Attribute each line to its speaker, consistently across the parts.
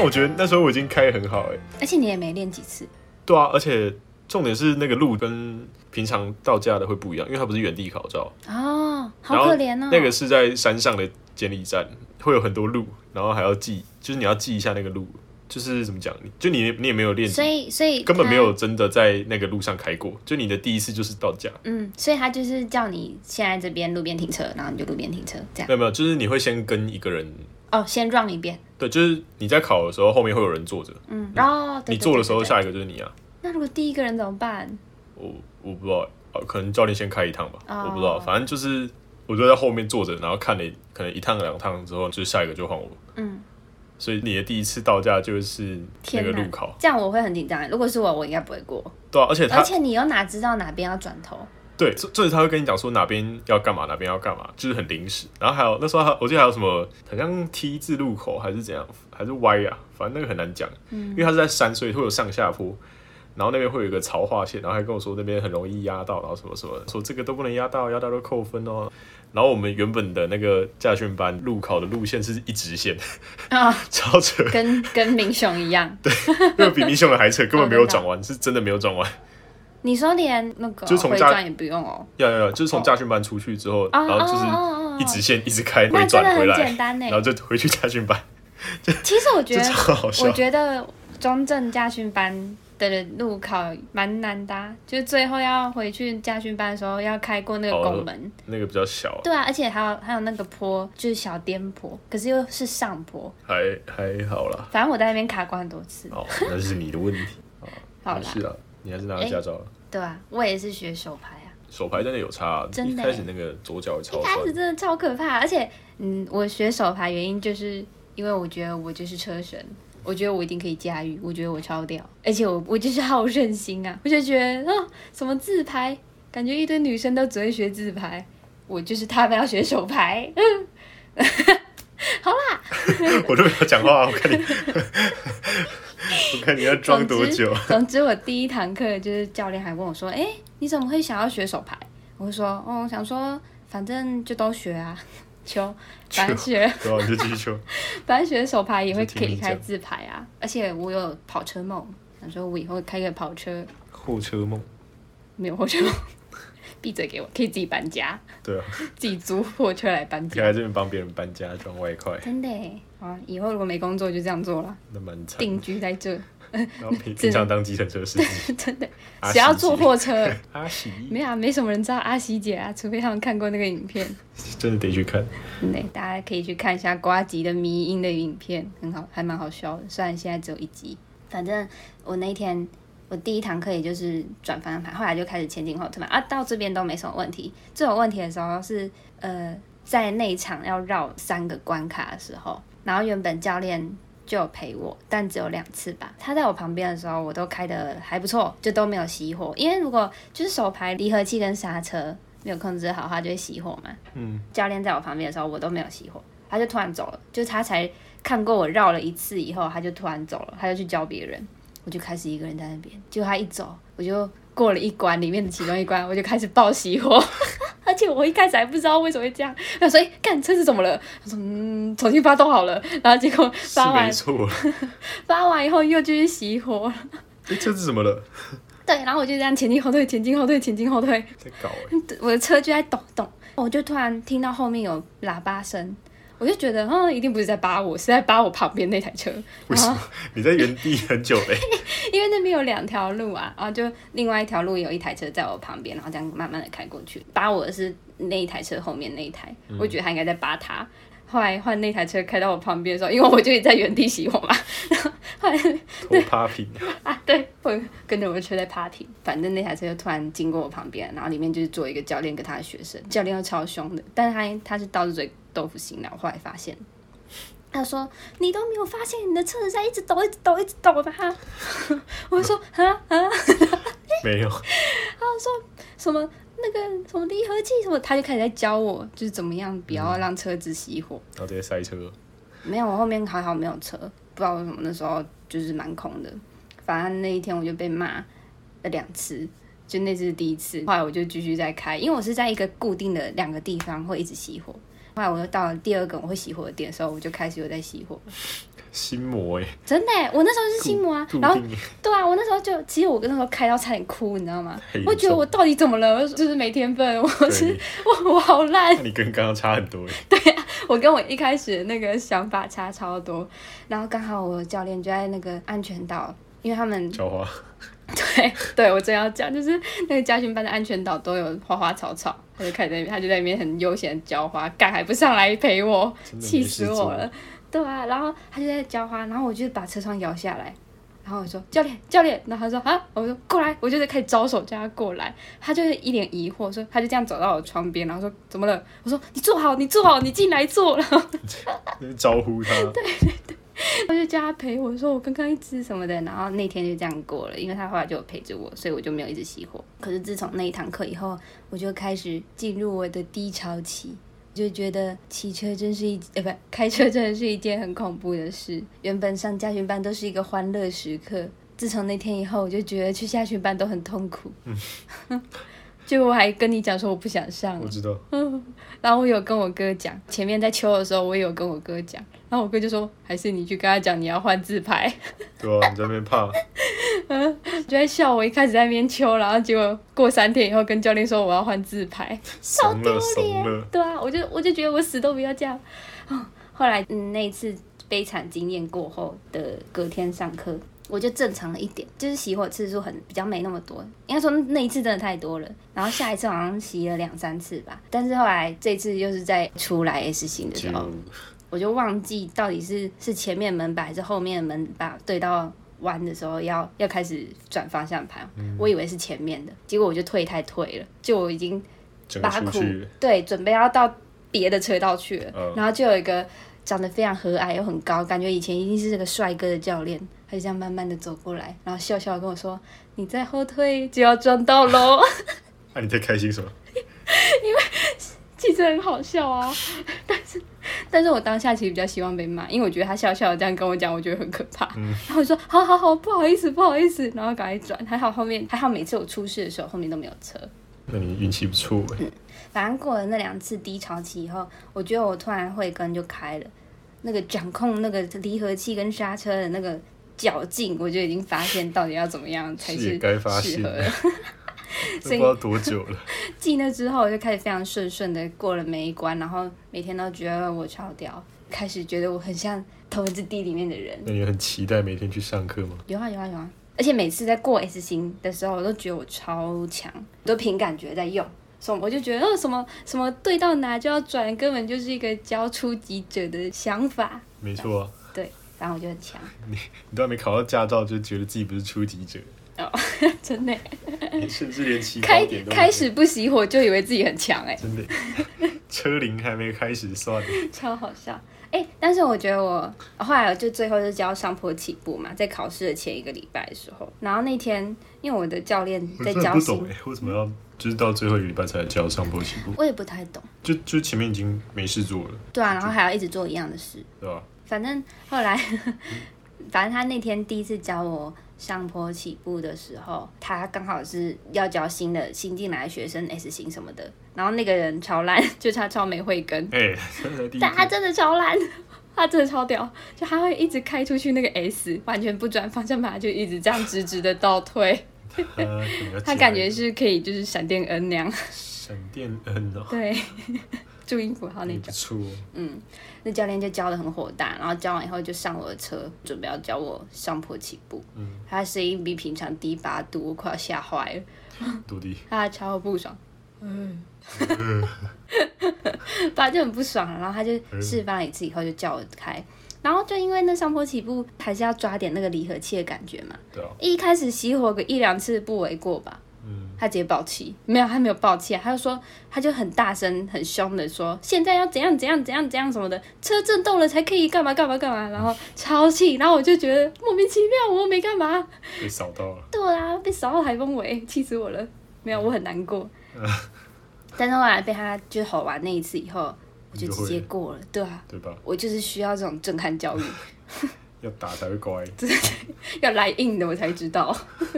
Speaker 1: 我觉得那时候我已经开得很好哎、
Speaker 2: 而且你也没练几次，
Speaker 1: 对啊，而且重点是那个路跟平常到家的会不一样，因为它不是原地考照，
Speaker 2: 哦，
Speaker 1: 然
Speaker 2: 好
Speaker 1: 后
Speaker 2: 可怜哦。
Speaker 1: 那个是在山上的监理站，会有很多路，然后还要记，就是你要记一下那个路，就是怎么讲，你就你你也没有练习
Speaker 2: 所，以所以
Speaker 1: 根本
Speaker 2: 他
Speaker 1: 没有，真的在那个路上开过，就你的第一次就是到家，
Speaker 2: 嗯，所以他就是叫你现在这边路边停车，然后你就路边停车这样
Speaker 1: 没。有没有，就是你会先跟一个人，
Speaker 2: 哦，先 run 一遍，
Speaker 1: 对，就是你在考的时候后面会有人坐着，
Speaker 2: 嗯，然后
Speaker 1: 你坐的时候。
Speaker 2: 对对对对对
Speaker 1: 下一个就是你啊，
Speaker 2: 那如果第一个人怎么办？
Speaker 1: 我我不知道、呃，可能教练先开一趟吧，
Speaker 2: 哦
Speaker 1: 我不知道，反正就是我就在后面坐着，然后看了可能一趟两趟之后，就下一个就换我。
Speaker 2: 嗯，
Speaker 1: 所以你的第一次到家就是那
Speaker 2: 天
Speaker 1: 个
Speaker 2: 哪
Speaker 1: 路考，
Speaker 2: 这样我会很紧张。如果是我，我应该不会过。
Speaker 1: 对啊，而且他
Speaker 2: 而且你又哪知道哪边要转 头？
Speaker 1: 对，这这他会跟你讲说哪边要干嘛，哪边要干嘛，就是很临时。然后还有那时候还我记得还有什么，好像 T 字路口还是怎样，还是 Y 啊，反正那个很难讲，
Speaker 2: 嗯
Speaker 1: 因为它是在山，所以会有上下坡。然后那边会有一个潮化线，然后还跟我说那边很容易压到，然后什么什么，说这个都不能压到，压到都扣分哦。然后我们原本的那个驾训班路考的路线是一直线，
Speaker 2: 啊、
Speaker 1: 超扯，
Speaker 2: 跟跟明雄一样。
Speaker 1: 因为比明秀的还扯，根本没有
Speaker 2: 哦真的
Speaker 1: 转弯，是真的没有转弯。
Speaker 2: 你说连那个
Speaker 1: 就是从
Speaker 2: 回
Speaker 1: 家
Speaker 2: 转也不用哦，
Speaker 1: 要要要，就是从驾训班出去之后，然后就是。一直线一直开
Speaker 2: 那
Speaker 1: 回
Speaker 2: 真的
Speaker 1: 转回
Speaker 2: 很
Speaker 1: 来
Speaker 2: 简，单呢欸
Speaker 1: 然。后就回去家训 班，
Speaker 2: 其实我觉
Speaker 1: 这
Speaker 2: 得，
Speaker 1: 超好笑
Speaker 2: 啊我。觉得中正驾训班的路考蛮难的啊、就是最后要回去驾训班的时候要开过那个拱门。
Speaker 1: 那个比较小，
Speaker 2: 对啊，而且还有还有那个坡，就是小颠坡，可是又是上坡。
Speaker 1: 还还好啦。
Speaker 2: 反正我在那边卡关很多次。
Speaker 1: 哦，那是你的问题。
Speaker 2: 好
Speaker 1: 没
Speaker 2: 啦
Speaker 1: 事，啊，你还是拿到驾照了。
Speaker 2: 对啊，我也是学手牌啊。
Speaker 1: 手牌真的有差啊，
Speaker 2: 真
Speaker 1: 一
Speaker 2: 的
Speaker 1: 开始那个左脚
Speaker 2: 一
Speaker 1: 超
Speaker 2: 开始
Speaker 1: 酸。
Speaker 2: 真的超可怕，而且，嗯，我学手牌原因就是因为我觉得我就是车神，我觉得我一定可以驾驭，我觉得我超屌，而且我我就是好胜心啊，我就觉得啊、什么自拍，感觉一堆女生都只会学自拍，我就是他们要学手牌，
Speaker 1: 我都没有讲话，我 看你，我看你要装多久。
Speaker 2: 总之，我第一堂课就是教练还问我说：“哎、你怎么会想要学手牌？”我就说：“哦，我想说反正就都学啊， 就反正学，
Speaker 1: 对啊，你就继续 说。
Speaker 2: 反正学手牌也会
Speaker 1: 就
Speaker 2: 可
Speaker 1: 听你
Speaker 2: 以开
Speaker 1: 讲
Speaker 2: 自牌啊。而且我有跑车梦，想说我以后开个跑车，
Speaker 1: 货车梦，
Speaker 2: 没有货车梦， 闭嘴给我，可以自己搬家，
Speaker 1: 对啊，
Speaker 2: 自己租货车来搬
Speaker 1: 可以
Speaker 2: 家。
Speaker 1: 来这边帮别人搬家赚外 快，
Speaker 2: 真的耶啊！以后如果没工作就这样做了，
Speaker 1: 那蛮惨。
Speaker 2: 定居在这，
Speaker 1: 然后平平常当计程车司机，
Speaker 2: 真的，
Speaker 1: 阿
Speaker 2: 谁要
Speaker 1: 喜
Speaker 2: 坐
Speaker 1: 姐
Speaker 2: 货 车？
Speaker 1: 阿喜
Speaker 2: 没有啊，没什么人知道阿喜姐啊，除非他们看过那个影片。
Speaker 1: 真的得去看。
Speaker 2: 对，大家可以去看一下瓜吉的迷音的影片，很好，还蛮好笑的。虽然现在只有一集，反正我那一天我第一堂课也就是转方向盘，后来就开始前进后退嘛。啊，到这边都没什么问题。最有问题的时候是呃，在内场要绕三个关卡的时候，然后原本教练。就有陪我，但只有两次吧。他在我旁边的时候，我都开的还不错，就都没有熄火。因为如果就是手排离合器跟刹车没有控制好，它就会熄火嘛。教练在我旁边的时候，我都没有熄火，他就突然走了。就是他才看过我绕了一次以后，他就突然走了，他就去教别人，我就开始一个人在那边。结果他一走，我就过了一关，里面的其中一关，我就开始爆熄火。 而且我一开始还不知道为什么会这样，我想说：“哎、干车子怎么了？”他说：“嗯，重新发动好了。”然后结果
Speaker 1: 是
Speaker 2: 发完
Speaker 1: 没错。
Speaker 2: 发完以后又继续熄火，
Speaker 1: 哎，这是怎么了？
Speaker 2: 对，然后我就这样前进后退，前进后退，前进后退，
Speaker 1: 在搞哎。
Speaker 2: 我的车就在抖动，我就突然听到后面有喇叭声，我就觉得，嗯，一定不是在扒我，是在扒我旁边那台车。
Speaker 1: 为什么你在原地很久 嘞？
Speaker 2: 因为那边有两条路啊，然后就另外一条路有一台车在我旁边，然后这样慢慢的开过去，扒我的是那一台车后面那一台，我觉得他应该在扒他。后来换那台车开到我旁边的时候，因为我就一直在原地熄火嘛， 然后后来
Speaker 1: 偷趴平，
Speaker 2: 啊，对，我跟着我的车在 party，反正那台车就突然经过我旁边，然后里面就是坐一个教练跟他的学生，教练又超凶的，但是他他是刀子嘴豆腐心的，我后来发现。他说：“你都没有发现你的车子在一直抖、一直抖、一直抖吗？”我说：“啊啊！”
Speaker 1: 没有，
Speaker 2: 什么那个什么离合器什么，他就开始在教我，就是怎么样不要让车子熄火。
Speaker 1: 然后直接塞车，
Speaker 2: 没有，我后面还好没有车，不知道为什么那时候就是蛮空的。反正那一天我就被骂了两次，就那次是第一次。后来我就继续在开，因为我是在一个固定的两个地方会一直熄火。后来我又到了第二个我会熄火的点的时候，我就开始有在熄火。
Speaker 1: 心魔哎、
Speaker 2: 真的欸、我那时候是 心魔啊
Speaker 1: 注，
Speaker 2: 然后
Speaker 1: 定
Speaker 2: 对啊，我那时候就，其实我那时候开到差点哭，你知道吗
Speaker 1: 太？严
Speaker 2: 我觉得
Speaker 1: 重
Speaker 2: 我到底怎么了？我就是没天分，我是
Speaker 1: 对，
Speaker 2: 我我好烂，
Speaker 1: 那你跟刚刚差很多哎、
Speaker 2: 我跟我一开始的那个想法差超多。然后刚好我教练就在那个安全岛，因为他们
Speaker 1: 浇 花，
Speaker 2: 对对我正要讲，就是那个家训班的安全岛都有花花草草，他就开始在那边，他就在那边很悠闲地浇花，干还不上来陪我，
Speaker 1: 真的
Speaker 2: 气
Speaker 1: 没
Speaker 2: 死
Speaker 1: 事
Speaker 2: 我
Speaker 1: 做
Speaker 2: 了。对啊，然后他就在浇花，然后我就把车窗摇下来，然后我说教练教练，然后他说啊，我说过来，我就在开始招手叫他过来，他就是一脸疑惑，说他就这样走到我窗边，然后说怎么了？我说你坐好，你坐好，你进来坐。然后
Speaker 1: 就是招呼他，
Speaker 2: 我就叫他陪我说我刚刚一只什么的，然后那天就这样过了，因为他后来就有陪着我，所以我就没有一直熄火。可是自从那一堂课以后，我就开始进入我的低潮期，就觉得骑车真是一呃不开车真的是一件很恐怖的事。原本上家训班都是一个欢乐时刻，自从那天以后，我就觉得去下训班都很痛苦。 就我还跟你讲说我不想上了
Speaker 1: 我，知道，
Speaker 2: 然后我有跟我哥讲，前面在秋的时候，我也有跟我哥讲，然后我哥就说，还是你去跟他讲你要换自拍，
Speaker 1: 对啊，你在那边怕，
Speaker 2: 就在笑我一开始在那边秋，然后结果过三天以后跟教练说我要换自拍，
Speaker 1: 怂了怂了，
Speaker 2: 对啊，我就我就觉得我死都不要这样。啊后来嗯那一次悲惨经验过后的隔天上课，我就正常了一点，就是熄火次数很比较没那么多，应该说那一次真的太多了，然后下一次好像熄了两三次吧，但是后来这次又是在出来 S 型的时
Speaker 1: 就
Speaker 2: 候。我就忘记到底是是前面门把还是后面的门把对到弯的时候要要开始转方向盘，
Speaker 1: 嗯
Speaker 2: 我以为是前面的，结果我就退太退了，就我已经
Speaker 1: 整个
Speaker 2: 把
Speaker 1: 出
Speaker 2: 苦
Speaker 1: 去了，
Speaker 2: 对准备要到别的车道去了，
Speaker 1: 嗯
Speaker 2: 然后就有一个长得非常和蔼又很高，感觉以前一定是这个帅哥的教练，他就这样慢慢的走过来，然后笑笑地跟我说：“你再后退就要撞到喽。”
Speaker 1: 那、啊你在开心什么？
Speaker 2: 其实很好笑啊， 但是但是我当下其实比较希望被骂，因为我觉得他笑笑的这样跟我讲，我觉得很可怕。
Speaker 1: 嗯
Speaker 2: 然后我就说好好好，不好意思不好意思，然后赶快转。还好后面还好每次我出事的时候后面都没有车。
Speaker 1: 那你运气不错哎、
Speaker 2: 反正过了那两次低潮期以后，我觉得我突然慧根就开了，那个掌控那个离合器跟刹车的那个绞劲，我就已经发现到底要怎么样才
Speaker 1: 是
Speaker 2: 是
Speaker 1: 也该发
Speaker 2: 适
Speaker 1: 现
Speaker 2: 合的。
Speaker 1: 都
Speaker 2: 所
Speaker 1: 不知
Speaker 2: 以
Speaker 1: 道多久 了，
Speaker 2: 记那之后，我就开始非常顺顺的过了每一关，然后每天都觉得我超屌，开始觉得我很像《头文字 D》里面的人。
Speaker 1: 那你很期待每天去上课吗？
Speaker 2: 有啊有啊有啊！而且每次在过 S 型的时候，我都觉得我超强，都凭感觉在用。什么我就觉得，哦，什么什么对到哪就要转，根本就是一个教初级者的想法。
Speaker 1: 没错啊，
Speaker 2: 对，然后我就很强，
Speaker 1: 你都还没考到驾照，就觉得自己不是初级 者，
Speaker 2: 真的耶。
Speaker 1: 你甚至连起跑
Speaker 2: 开
Speaker 1: 点都没有
Speaker 2: 开始不熄火就以为自己很强，哎，
Speaker 1: 真的车龄还没开始算，
Speaker 2: 超好笑。哎、但是我觉得我后来我就最后就教上坡起步嘛，在考试的前一个礼拜的时候，然后那天因为我的教练
Speaker 1: 我
Speaker 2: 在
Speaker 1: 真的
Speaker 2: 教
Speaker 1: 不
Speaker 2: 新
Speaker 1: 懂，哎、为什么要就是到最后一个礼拜才教上坡起步？
Speaker 2: 我也不太懂，
Speaker 1: 就就前面已经没事做了，
Speaker 2: 对啊，然后还要一直做一样的事，
Speaker 1: 对吧？
Speaker 2: 反正后来， 反正他那天第一次教我上坡起步的时候，他刚好是要教新的新进来的学生 S 型什么的，然后那个人超烂， 就他超没慧根，
Speaker 1: 哎、真的第一
Speaker 2: 但他
Speaker 1: 次，
Speaker 2: 真的超烂，他真的超屌，就他会一直开出去那个 S，完全不转方向盘，就一直这样直直的倒退。
Speaker 1: 他可能要
Speaker 2: 他
Speaker 1: 加
Speaker 2: 感
Speaker 1: 一
Speaker 2: 觉
Speaker 1: 个
Speaker 2: 是可以就是闪电 N 那样，
Speaker 1: 闪电恩哦、
Speaker 2: 对，注音符号那
Speaker 1: 也
Speaker 2: 种。
Speaker 1: 不错哦，
Speaker 2: 那教练就教的很火大，然后教完以后就上我的车，准备要教我上坡起步。
Speaker 1: 嗯
Speaker 2: 他的声音比平常低八度，我快要吓坏了，
Speaker 1: 多低，
Speaker 2: 他超不爽。 嗯，反正就很不爽，然后他就示范了一次以后就叫我开，然后就因为那上坡起步还是要抓点那个离合器的感觉嘛，
Speaker 1: 对啊，
Speaker 2: 一开始熄火个一两次不为过吧。
Speaker 1: 嗯，
Speaker 2: 他直接爆气，没有，他没有爆气、啊，他就说，他就很大声、很凶的说，现在要怎样怎样怎样怎样什么的，车震动了才可以干嘛干嘛干嘛，然后超气，然后我就觉得莫名其妙，我又没干嘛，
Speaker 1: 被扫到了，
Speaker 2: 对啊，被扫到台风尾， 气死我了，没有，我很 难过。但是后来被他就吼完那一次以后，我
Speaker 1: 你
Speaker 2: 就
Speaker 1: 就
Speaker 2: 直
Speaker 1: 会
Speaker 2: 接
Speaker 1: 了
Speaker 2: 过了，对啊，
Speaker 1: 对吧？
Speaker 2: 我就是需要这种震撼教育，
Speaker 1: 要打才会乖，
Speaker 2: 要来硬的我才知道。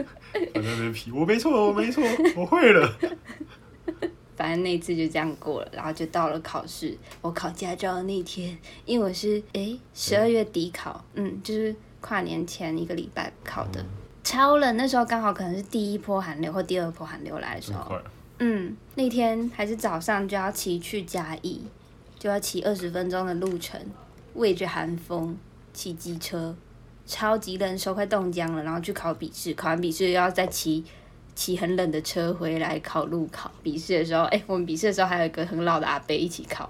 Speaker 1: 反正没皮，我没错，我没错，我会了，
Speaker 2: 反正那一次就这样过了，然后就到了考试，我考驾照的那天，因为我是诶十二月底考，嗯，就是跨年前一个礼拜考
Speaker 1: 嗯
Speaker 2: 的，超冷，那时候刚好可能是第一波寒流或第二波寒流来的时
Speaker 1: 真
Speaker 2: 候，
Speaker 1: 快，
Speaker 2: 嗯，那天还是早上就要骑去嘉义，就要骑二十分钟的路程，畏着寒风骑机车，超级冷，手快冻僵了，然后去考笔试，考完笔试又要再骑骑很冷的车回来考路考。笔试的时候，哎、我们笔试的时候还有一个很老的阿伯一起考，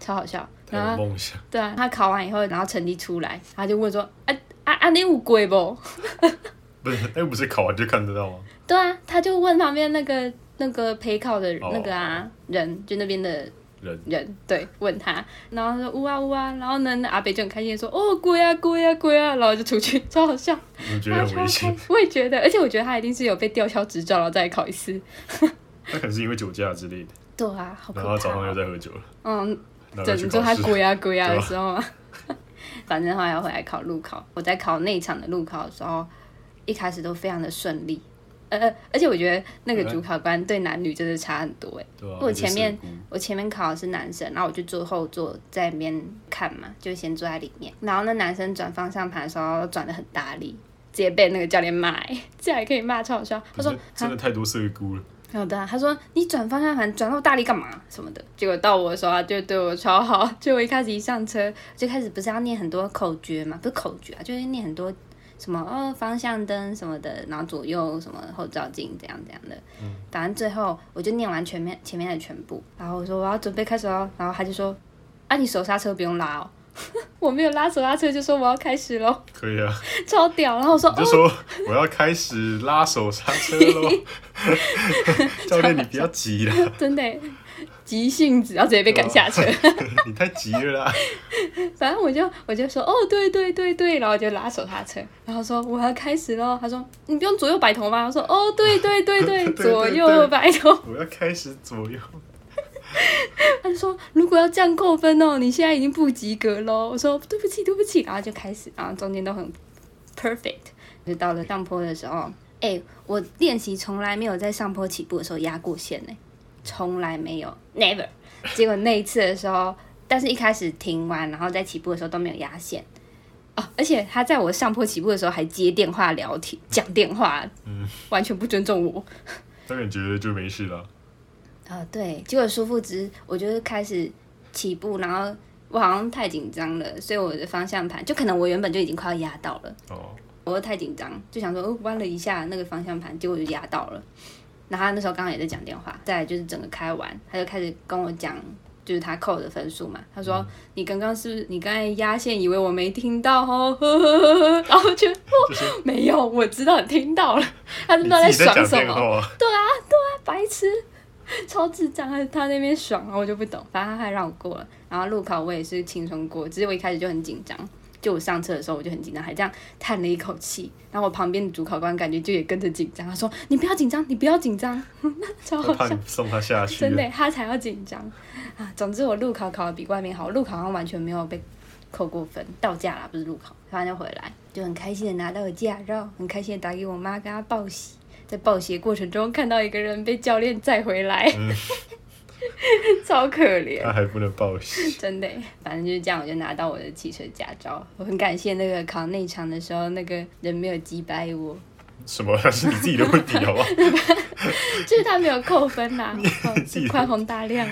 Speaker 2: 超好笑。
Speaker 1: 他
Speaker 2: 然后
Speaker 1: 有梦想，
Speaker 2: 对啊，他考完以后，然后成绩出来，他就问说：“啊啊啊，你有鬼不？”
Speaker 1: 不是，那个不是考完就看得到吗？
Speaker 2: 对啊，他就问旁边那个那个陪考的
Speaker 1: 哦
Speaker 2: 那个啊、人，就那边的
Speaker 1: 人
Speaker 2: 人，对，问他，然后他说呜啊呜啊，然后呢那阿北就很开心地说哦鬼啊鬼啊鬼啊，然后就出去，超好笑，
Speaker 1: 我觉
Speaker 2: 他
Speaker 1: 得很
Speaker 2: 超开
Speaker 1: 危险
Speaker 2: 心。，我也觉得，而且我觉得他一定是有被吊销执照，然后再来考一次。
Speaker 1: 他可能是因为酒驾之类的，
Speaker 2: 对啊，好可
Speaker 1: 然
Speaker 2: 怕
Speaker 1: 后他
Speaker 2: 哦、
Speaker 1: 早上又在喝酒了，
Speaker 2: 嗯，
Speaker 1: 然后
Speaker 2: 对，
Speaker 1: 又去
Speaker 2: 你说
Speaker 1: 考
Speaker 2: 他
Speaker 1: 试。
Speaker 2: 鬼啊鬼啊
Speaker 1: 对
Speaker 2: 的
Speaker 1: 啊
Speaker 2: 时候嘛， 反正后来要回来考路考，我在考那一场的路考的时候，一开始都非常的顺利，呃，呃，而且我觉得那个主考官对男女真的差很多哎、
Speaker 1: 对啊，
Speaker 2: 我前面
Speaker 1: 那就
Speaker 2: 我前面考的是男生，然后我就坐后座在那边看嘛，就先坐在里面。然后那男生转方向盘的时候转的很大力，直接被那个教练骂、欸，这还可以骂，超好笑。
Speaker 1: 是
Speaker 2: 他说啊
Speaker 1: 姑真的太多色姑 了，
Speaker 2: 好的，他说你转方向盘转那么大力干嘛什么的，结果到我的时候他就对我超好，就我一开始一上车就开始不是要念很多口诀嘛，不是口诀啊，就是念很多什么哦方向灯什么的，然后左右什么后照镜怎样怎样的，反正最后我就念完前面前面的全部，然后我说我要准备开始哦，然后他就说啊你手刹车不用拉哦， 我没有拉手刹车就说我要开始喽，
Speaker 1: 可以啊，
Speaker 2: 超屌，然后我说哦
Speaker 1: 你就说我要开始拉手刹车喽， 教练你不要急了，
Speaker 2: 真的耶急性子，然后直接被赶下车。
Speaker 1: 你太急了啦，
Speaker 2: 反正我就我就说哦，对对对对，然后我就拉手刹车，然后说我要开始喽。他说你不用左右摆头吗？我说哦，对对对对，
Speaker 1: 对对
Speaker 2: 左右摆头。
Speaker 1: 我要开始左右，
Speaker 2: 他就说如果要这样扣分哦，你现在已经不及格喽。我说对不起对不起，然后就开始，然后中间都很 perfect。就到了上坡的时候，哎、我练习从来没有在上坡起步的时候压过线呢、从来没有，never。结果那一次的时候，但是一开始停完，然后在起步的时候都没有压线。哦，而且他在我上坡起步的时候还接电话聊天，讲电话，完全不尊重我。
Speaker 1: 当然觉得就没事了，
Speaker 2: 啊，对，结果舒服值，我就是开始起步，然后我好像太紧张了，所以我的方向盘就可能我原本就已经快要压到了，
Speaker 1: 哦，
Speaker 2: 我又太紧张，就想说哦弯了一下那个方向盘，结果就压到了。然后他那时候刚刚也在讲电话，再来就是整个开完，他就开始跟我讲，就是他扣的分数嘛。他
Speaker 1: 嗯
Speaker 2: 说、你刚刚是不是你刚才压线，以为我没听到哦， 呵呵呵呵呵，然后我就、哦、没有，我知道你听到了，他不
Speaker 1: 你
Speaker 2: 知道在
Speaker 1: 自己在
Speaker 2: 爽
Speaker 1: 讲
Speaker 2: 什
Speaker 1: 电
Speaker 2: 么。
Speaker 1: 话，
Speaker 2: 白痴， 超智障，他他那边爽，然后我就不懂，反正他还让我过了。然后路考我也是轻松过，只是我一开始就很紧张，就我上车的时候我就很紧张，还这样叹了一口气。然后我旁边的主考官感觉就也跟着紧张，他说：“你不要紧张，你不要紧张。” 超
Speaker 1: 他
Speaker 2: 好
Speaker 1: 怕
Speaker 2: 笑
Speaker 1: 你，送他下去
Speaker 2: 哦
Speaker 1: 啊
Speaker 2: 真
Speaker 1: 了，
Speaker 2: 的，他才要紧张啊。总之我路考考的比外面好，路考好像完全没有被扣过分，到驾啦，不是路考，反正就回来就很开心的拿到了驾照，很开心的打给我妈，跟她报喜。在报喜的过程中，看到一个人被教练载回来，
Speaker 1: 嗯
Speaker 2: 超可怜，
Speaker 1: 他还不能报喜，
Speaker 2: 真的。反正就是这样，我就拿到我的汽车驾照。我很感谢那个考内场的时候，那个人没有击败 我，
Speaker 1: 什么是你自己的问题 好不好？
Speaker 2: 就是他没有扣 分啦、哦
Speaker 1: 自
Speaker 2: 是
Speaker 1: 己
Speaker 2: 宽宏大量，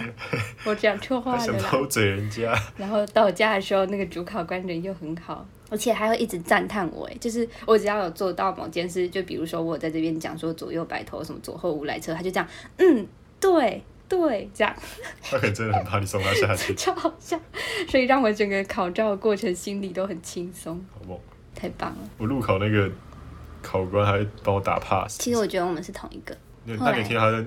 Speaker 2: 我讲错话
Speaker 1: 还
Speaker 2: 了
Speaker 1: 想
Speaker 2: 啦。
Speaker 1: 偷嘴人家，
Speaker 2: 然后到家的时候，那个主考官人又很好，而且还会一直赞叹我。哎，就是我只要有做到某件事，就比如说我在这边讲说左右摆头，什么左后无来车，他就这样，嗯，对对，这样
Speaker 1: 他可能真的很怕你送他下去，
Speaker 2: 超好笑。所以让我整个考照的过程心里都很轻松，
Speaker 1: 好不好？
Speaker 2: 太棒了。
Speaker 1: 我路考那个考官还帮我打 pass，
Speaker 2: 其实我觉得我们是同一个，
Speaker 1: 那
Speaker 2: 后来
Speaker 1: 那你听他的，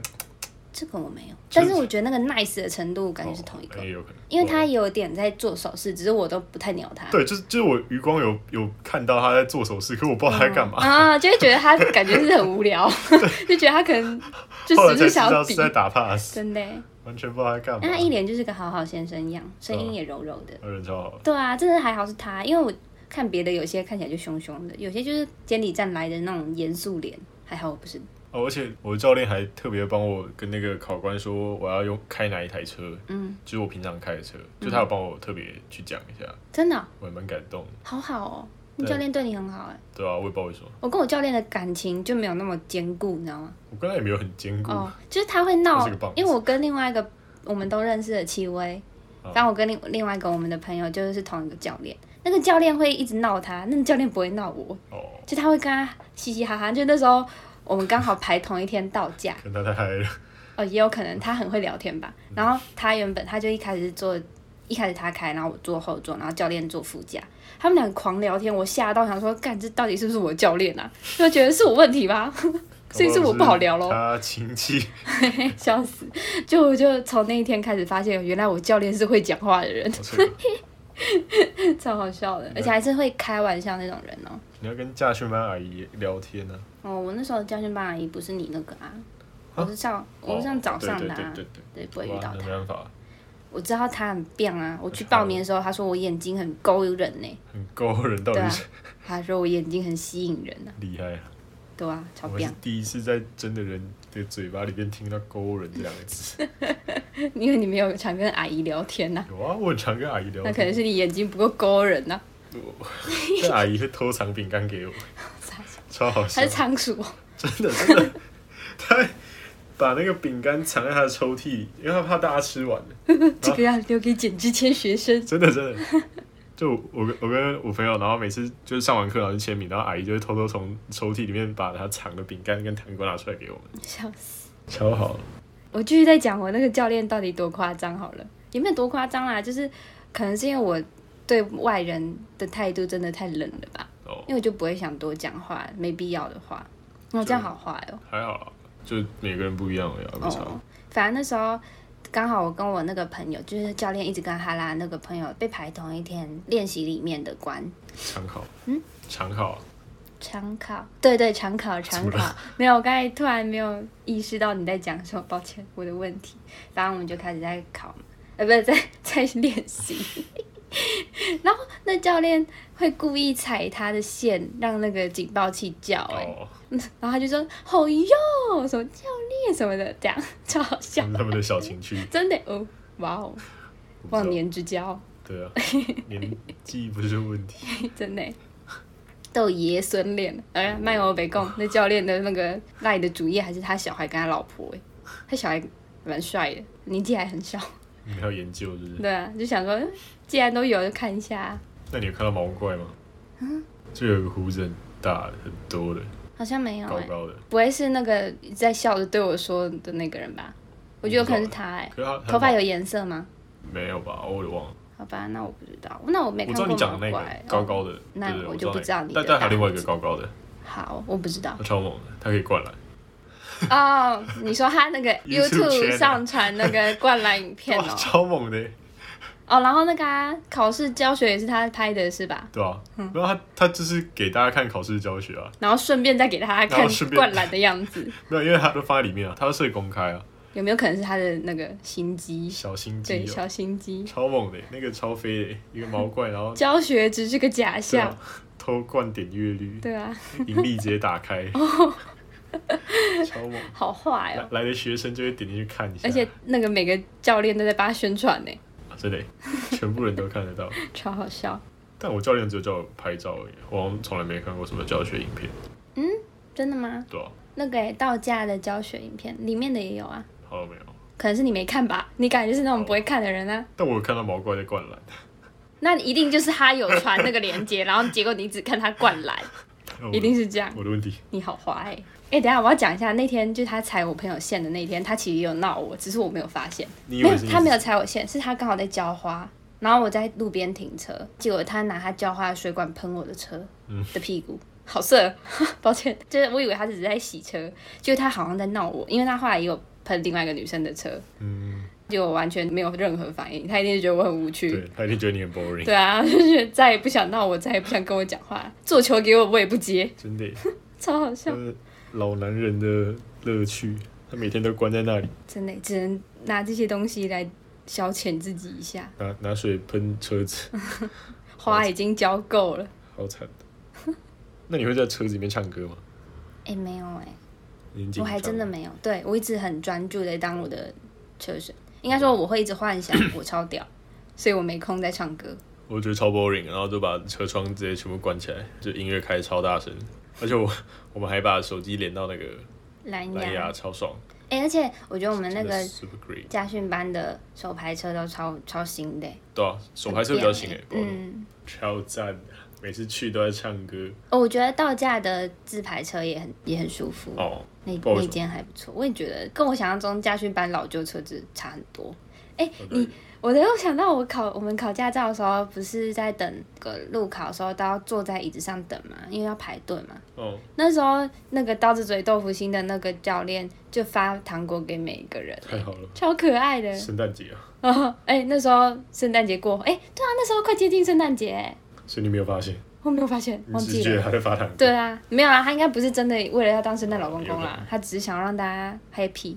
Speaker 2: 这个我没有，哎
Speaker 1: 就是
Speaker 2: 但是我觉得那个 nice 的程度感觉是同一个
Speaker 1: 哦，也有可能，
Speaker 2: 因为他
Speaker 1: 哦
Speaker 2: 也有点在做手势，只是我都不太鸟他。
Speaker 1: 对，就是就是我余光有有看到他在做手势，可我不知道他在干嘛。
Speaker 2: 啊，就会觉得他感觉是很无聊， 就觉得他可能就
Speaker 1: 后来
Speaker 2: 只
Speaker 1: 才
Speaker 2: 是
Speaker 1: 知
Speaker 2: 想
Speaker 1: 道
Speaker 2: 要
Speaker 1: 是
Speaker 2: 比，
Speaker 1: 在打 pass，
Speaker 2: 真的耶。
Speaker 1: 完全不知道他在干
Speaker 2: 但他一
Speaker 1: 嘛。
Speaker 2: 脸就是个好好先生
Speaker 1: 嗯
Speaker 2: 样，声音也柔柔的。
Speaker 1: 他人超好，
Speaker 2: 对啊，真的还好是他，因为我看别的有些看起来就凶凶的，有些就是监理站来的那种严肃脸，还好我不是。
Speaker 1: 哦，而且我的教练还特别帮我跟那个考官说我要用开哪一台车，
Speaker 2: 嗯，
Speaker 1: 就是我平常开的车，就他有帮我特别去讲一下，
Speaker 2: 真的哦、
Speaker 1: 我还蛮感动的，
Speaker 2: 好好哦，你
Speaker 1: 对
Speaker 2: 教练对你很好哎。
Speaker 1: 对啊，我也不知道为什么，
Speaker 2: 我跟我教练的感情就没有那么坚固，你知道吗？
Speaker 1: 我跟他也没有很坚固，
Speaker 2: 哦，就是他会闹
Speaker 1: 嗯这是个棒，子
Speaker 2: 因为我跟另外一个我们都认识的戚薇，
Speaker 1: 嗯
Speaker 2: 然后我跟另另外一个我们的朋友就是同一个教练，那个教练会一直闹他，那个教练不会闹我，
Speaker 1: 哦，
Speaker 2: 就他会跟他嘻嘻哈哈。就那时候我们刚好排同一天到假，
Speaker 1: 可能他太 嗨了，
Speaker 2: 哦，也有可能他很会聊天吧。然后他原本他就一开始是坐，一开始他开，然后我坐后座，然后教练坐副驾。他们俩狂聊天，我吓到想说，干这到底是不是我教练啊？ 就觉得是我问题吧， 所以是我不好聊喽，
Speaker 1: 他亲戚，
Speaker 2: 笑死！就我就从那一天开始发现，原来我教练是会讲话的人，
Speaker 1: 哦这个
Speaker 2: 超好笑的，而且还是会开玩笑那种人哦。
Speaker 1: 你要跟驾训班阿姨聊天呢、
Speaker 2: 哦，我那时候的教训班阿姨不是你那个啊，
Speaker 1: 啊哦
Speaker 2: 我是上我是上早上的啊，
Speaker 1: 对对对对
Speaker 2: 对，不
Speaker 1: 对
Speaker 2: 会遇
Speaker 1: 对，
Speaker 2: 到
Speaker 1: 哇
Speaker 2: 他
Speaker 1: 那。没办法，
Speaker 2: 我知道他很变啊，我去报名的时候，他说我眼睛很勾人呢、
Speaker 1: 很勾人，到
Speaker 2: 对
Speaker 1: 底
Speaker 2: 啊
Speaker 1: 是，
Speaker 2: 他说我眼睛很吸引人啊，
Speaker 1: 厉害啊！
Speaker 2: 对啊，超
Speaker 1: 我是
Speaker 2: 变。
Speaker 1: 第一次在真的人的嘴巴里面听到“勾人”这两个 字。
Speaker 2: 因为你没有常跟阿姨聊天呐、
Speaker 1: 有啊，我很常跟阿姨聊
Speaker 2: 那
Speaker 1: 天，
Speaker 2: 可能是你眼睛不够勾人呐、
Speaker 1: 但阿姨会偷藏饼干给我，超好笑
Speaker 2: 还，是仓鼠？哦
Speaker 1: 真的真的， 她会把那个饼干藏在她的抽屉里，因为她怕大家吃完了。
Speaker 2: 这个要留给简之谦学生。
Speaker 1: 真的真的，就我跟我跟我朋友，然后每次就是上完课然后去签名，然后阿姨就会偷偷从抽屉里面把她藏的饼干跟糖果拿出来给我们，
Speaker 2: 笑死！
Speaker 1: 超好。
Speaker 2: 我继续再讲我那个教练到底多夸张好了，也没有多夸张啦，就是可能是因为我对外人的态度真的太冷了吧，
Speaker 1: 哦
Speaker 2: 因，为我就不会想多讲话，没必要的话。那这样好坏哦。
Speaker 1: 还好啦，就每个人不一样而已啊，没差。
Speaker 2: 哦，反正那时候刚好我跟我那个朋友，就是教练一直跟哈拉那个朋友被排同一天练习里面的关
Speaker 1: 常考，嗯，常考啊，
Speaker 2: 常考，对对常考常
Speaker 1: 怎么
Speaker 2: 考，没有，我刚才突然没有意识到你在讲什么，抱歉，我的问题。反正我们就开始在考嘛，呃，不是在在练习。 然后那教练会故意踩他的线，让那个警报器叫、哎、
Speaker 1: 哦，
Speaker 2: 然后他就说“好哟”，什么教练什么的，这样超好笑
Speaker 1: 他。们他们的小情趣，
Speaker 2: 真的哦，哇哦，
Speaker 1: 我不知道
Speaker 2: 忘年之交，
Speaker 1: 对啊，年纪不是问题，
Speaker 2: 真的都有爷孙恋了。哎呀，卖我北贡那教练的那个赖的主页还是他小孩跟他老婆哎，他小孩蛮帅的，年纪还很小。
Speaker 1: 你还要研究 是不是？
Speaker 2: 对啊，就想说嗯既然都有就看一下啊、
Speaker 1: 那你有看到毛怪吗？就有一个胡子很大的、很多的、
Speaker 2: 好像没有
Speaker 1: 高
Speaker 2: 哎，
Speaker 1: 高的，
Speaker 2: 不会是那个在笑着对我说的那个人吧？我觉得有可能是他哎，
Speaker 1: 可是他他
Speaker 2: 头发有颜色吗？
Speaker 1: 没有吧？我有点忘了，
Speaker 2: 好吧，那我不知道，那我没
Speaker 1: 我
Speaker 2: 哎看
Speaker 1: 知
Speaker 2: 过
Speaker 1: 道你讲
Speaker 2: 毛
Speaker 1: 的那
Speaker 2: 怪
Speaker 1: 个
Speaker 2: 哦。
Speaker 1: 高高的，
Speaker 2: 那
Speaker 1: 对对
Speaker 2: 我
Speaker 1: 我
Speaker 2: 就不知道你的
Speaker 1: 但但还有另外一个
Speaker 2: 大胡子
Speaker 1: 高高的，
Speaker 2: 好，我不知 道。
Speaker 1: 他超猛的，他可以灌篮，
Speaker 2: 哦，你说他那 个
Speaker 1: YouTube
Speaker 2: YouTube
Speaker 1: channel
Speaker 2: 上传那个灌篮 影片
Speaker 1: 哇
Speaker 2: 哦，
Speaker 1: 超猛的，欸
Speaker 2: 哦，然后那个、啊、考试教学也是他拍的，是吧？
Speaker 1: 对吧？
Speaker 2: 嗯
Speaker 1: 然后他他就是给大家看考试教学啊，
Speaker 2: 然后顺便再给他
Speaker 1: 然
Speaker 2: 看
Speaker 1: 后顺便
Speaker 2: 灌篮的样子，
Speaker 1: 没有，因为他都放在里面啊，他都是公开啊，
Speaker 2: 有没有可能是他的那个心机？
Speaker 1: 小心
Speaker 2: 对，
Speaker 1: 机哦，
Speaker 2: 小心机，
Speaker 1: 超猛的，那个超飞的，一个毛怪，然后
Speaker 2: 教学只是个假
Speaker 1: 对
Speaker 2: 象
Speaker 1: 啊，偷灌点阅率，
Speaker 2: 对哦啊，
Speaker 1: 盈利直接打 开，超猛！
Speaker 2: 好坏
Speaker 1: 来
Speaker 2: 哦。
Speaker 1: 来的学生就会点进去看一下，
Speaker 2: 而且那个每个教练都在帮他宣传呢，
Speaker 1: 啊真的耶全部人都看得到。
Speaker 2: 超好笑，
Speaker 1: 但我教练只有叫我拍照而已，我好像从来没看过什么教学影片，
Speaker 2: 真的吗？
Speaker 1: 对啊，
Speaker 2: 那个诶道家的教学影片里面的也有啊，
Speaker 1: 好像没有。
Speaker 2: 可能是你没看吧？你感觉是那种不会看的人啊。
Speaker 1: 但我有看到毛怪在灌篮，
Speaker 2: 那一定就是他有传那个链 接，然后结果你只看他灌篮，
Speaker 1: 我的
Speaker 2: 一定是这样。
Speaker 1: 我的问 题。
Speaker 2: 你好坏、欸。哎、等一下我要讲一下，那天就是他踩我朋友线的那天，他其实有闹我，只是我没有发现。
Speaker 1: 你以
Speaker 2: 没有
Speaker 1: 为是，
Speaker 2: 他没有踩我线，是他刚好在浇花，然后我在路边停车，结果他拿他浇花的水管喷我的车
Speaker 1: 嗯
Speaker 2: 的屁股。好色，哦 抱歉，就是我以为他只是在洗车，就是他好像在闹我，因为他后来也有喷另外一个女生的车，
Speaker 1: 嗯，
Speaker 2: 就我完全没有任何反应，他一定觉得我很无趣。
Speaker 1: 对他一定觉得你很 boring，
Speaker 2: 对啊， 就是再也不想闹我，再也不想跟我讲话，做球给我我也不接，
Speaker 1: 真的耶，
Speaker 2: 超好
Speaker 1: 他
Speaker 2: 笑，
Speaker 1: 是老男人的乐趣，他每天都关在那里，
Speaker 2: 真的只能拿这些东西来消遣自己一下，
Speaker 1: 拿拿水喷车子，
Speaker 2: 花已经浇够了。
Speaker 1: 好惨的。那你会在车子里面唱歌吗？
Speaker 2: 哎、没有哎、
Speaker 1: 你很紧张
Speaker 2: 我还真的没有，对我一直很专注的当我的车神，应该说我会一直 幻想我超屌，所以我没空在唱歌。
Speaker 1: 我觉得超 boring，然后就把车窗直接全部关起来，就音乐开超大声，而且我 我们还把手机连到那个
Speaker 2: 蓝牙，
Speaker 1: 蓝牙，超爽。
Speaker 2: 哎、而且我觉得我们那
Speaker 1: 真的
Speaker 2: 个
Speaker 1: super great，
Speaker 2: 家训班的手排车都超超新的、
Speaker 1: 对啊，手拍车比较新哎、不知道为什么
Speaker 2: 嗯，
Speaker 1: 超赞的，每次去都在唱歌
Speaker 2: 哦，我觉得到家的自排车也很也很舒服，
Speaker 1: 哦。
Speaker 2: 那
Speaker 1: 不知道为
Speaker 2: 那
Speaker 1: 什么
Speaker 2: 间还不错，我也觉得跟我想象中家训班老旧车子差很多。哎、
Speaker 1: 对
Speaker 2: 你我都有想到，我考我们考驾照的时候，不是在等个路考的时候都要坐在椅子上等嘛，因为要排队嘛。
Speaker 1: 哦，
Speaker 2: 那时候那个刀子嘴豆腐心的那个教练就发糖果给每一个人、
Speaker 1: 太好了，
Speaker 2: 超可爱 的。
Speaker 1: 圣诞节啊，
Speaker 2: 然后哎、那时候圣诞节过后，哎、对啊，那时候快接近圣诞节、哎
Speaker 1: 所以你没有发现，
Speaker 2: 我没有发现，
Speaker 1: 你
Speaker 2: 忘
Speaker 1: 只是
Speaker 2: 记
Speaker 1: 觉
Speaker 2: 了
Speaker 1: 得。他在发糖。
Speaker 2: 对，啊，没有啊，他应该不是真的为了要当圣诞老公
Speaker 1: 有
Speaker 2: 公
Speaker 1: 可
Speaker 2: 啦
Speaker 1: 能，
Speaker 2: 他只是想让大家 happy。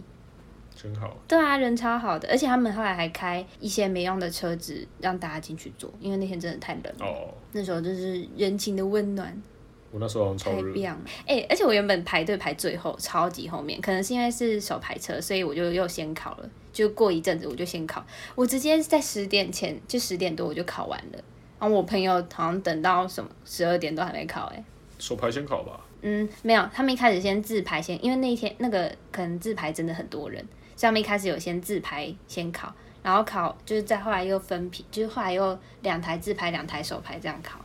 Speaker 1: 真好。
Speaker 2: 对啊，人超好的，而且他们后来还开一些没用的车子让大家进去坐，因为那天真的太冷了。
Speaker 1: 哦，
Speaker 2: 那时候就是人情的温暖，
Speaker 1: 我那时候好像
Speaker 2: 太
Speaker 1: 超热，
Speaker 2: 棒了！哎、而且我原本排队排最后，超级后面，可能是因为是手排车，所以我就又先考了。就过一阵子我就先考，我直接在十点前就十点多我就考完了。然后我朋友好像等到什么十二点都还没考、哎，
Speaker 1: 手牌先考吧。
Speaker 2: 嗯，没有，他们一开始先自排先，因为那一天那个可能自排真的很多人，所以他们一开始有先自排先考，然后考就是再后来又分批，就是后来又两台自排两台手排这样考。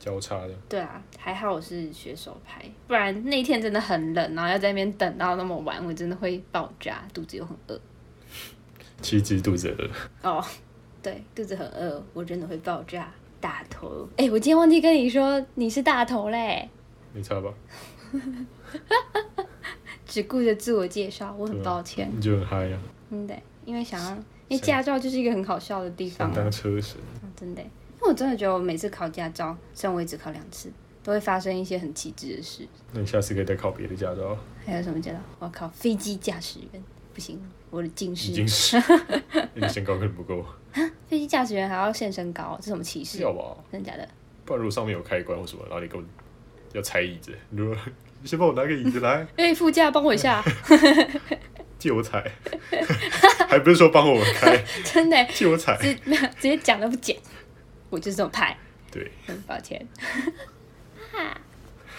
Speaker 1: 交叉的，
Speaker 2: 对啊，还好我是学手排，不然那一天真的很冷，然后要在那边等到那么晚，我真的会爆炸，肚子又很饿。
Speaker 1: 其实只是肚子饿。
Speaker 2: 哦，对，肚子很饿，我真的会爆炸。大头，哎、我今天忘记跟你说你是大头嘞，
Speaker 1: 没差吧？
Speaker 2: 只顾着自我介绍，我很
Speaker 1: 对啊
Speaker 2: 抱歉。
Speaker 1: 你就很嗨啊，
Speaker 2: 真的欸，因为想要，因为驾照就是一个很好笑的地方
Speaker 1: 想
Speaker 2: 啊、
Speaker 1: 当车神。
Speaker 2: 嗯真的欸。因为我真的觉得我每次考驾照，虽然我也只考两次，都会发生一些很奇迹的事。
Speaker 1: 那你下次可以再考别的驾照，
Speaker 2: 还有什么驾照？我考飞机驾驶员，不行，我的近
Speaker 1: 已
Speaker 2: 视
Speaker 1: 经。是， 你的身高可能不够，
Speaker 2: 飞机驾驶员还要限身高，这什么歧视？
Speaker 1: 要吧？
Speaker 2: 真的假的？
Speaker 1: 不然如果上面有开关或什么，然后你给我要拆椅子，你就说你先帮我拿个椅子来，
Speaker 2: 哎、副驾帮我一下，
Speaker 1: 借我 踩，还不是说帮我开，
Speaker 2: 真的欸，
Speaker 1: 借我踩。
Speaker 2: 直直接讲都不讲，我就是这种派，
Speaker 1: 对，
Speaker 2: 很抱歉。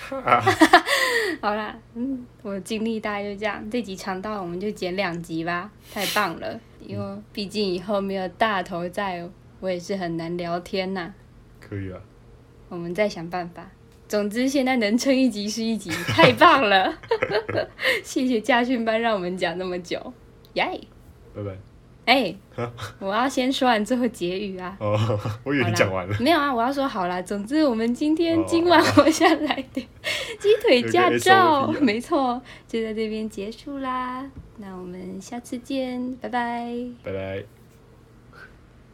Speaker 1: 啊，
Speaker 2: 好啦，嗯，我的经历大概就这样。这集长到我们就剪两集吧，太棒了！因为毕竟以后没有大头在，我也是很难聊天呐、
Speaker 1: 可以啊，
Speaker 2: 我们再想办法。总之，现在能撑一集是一集，太棒了！谢谢家训班让我们讲那么久，耶、
Speaker 1: 拜拜。
Speaker 2: 哎、
Speaker 1: 啊
Speaker 2: 我要先说完最后结语啊。
Speaker 1: 哦， 我以为
Speaker 2: 好
Speaker 1: 你
Speaker 2: 啦
Speaker 1: 讲完了。
Speaker 2: 没有啊，我要说好啦。总之，我们今天、
Speaker 1: 哦
Speaker 2: 今晚活下来的鸡腿驾照
Speaker 1: 有一个 SOP 啊，
Speaker 2: 没错，就在这边结束啦。那我们下次见，拜拜。
Speaker 1: 拜拜。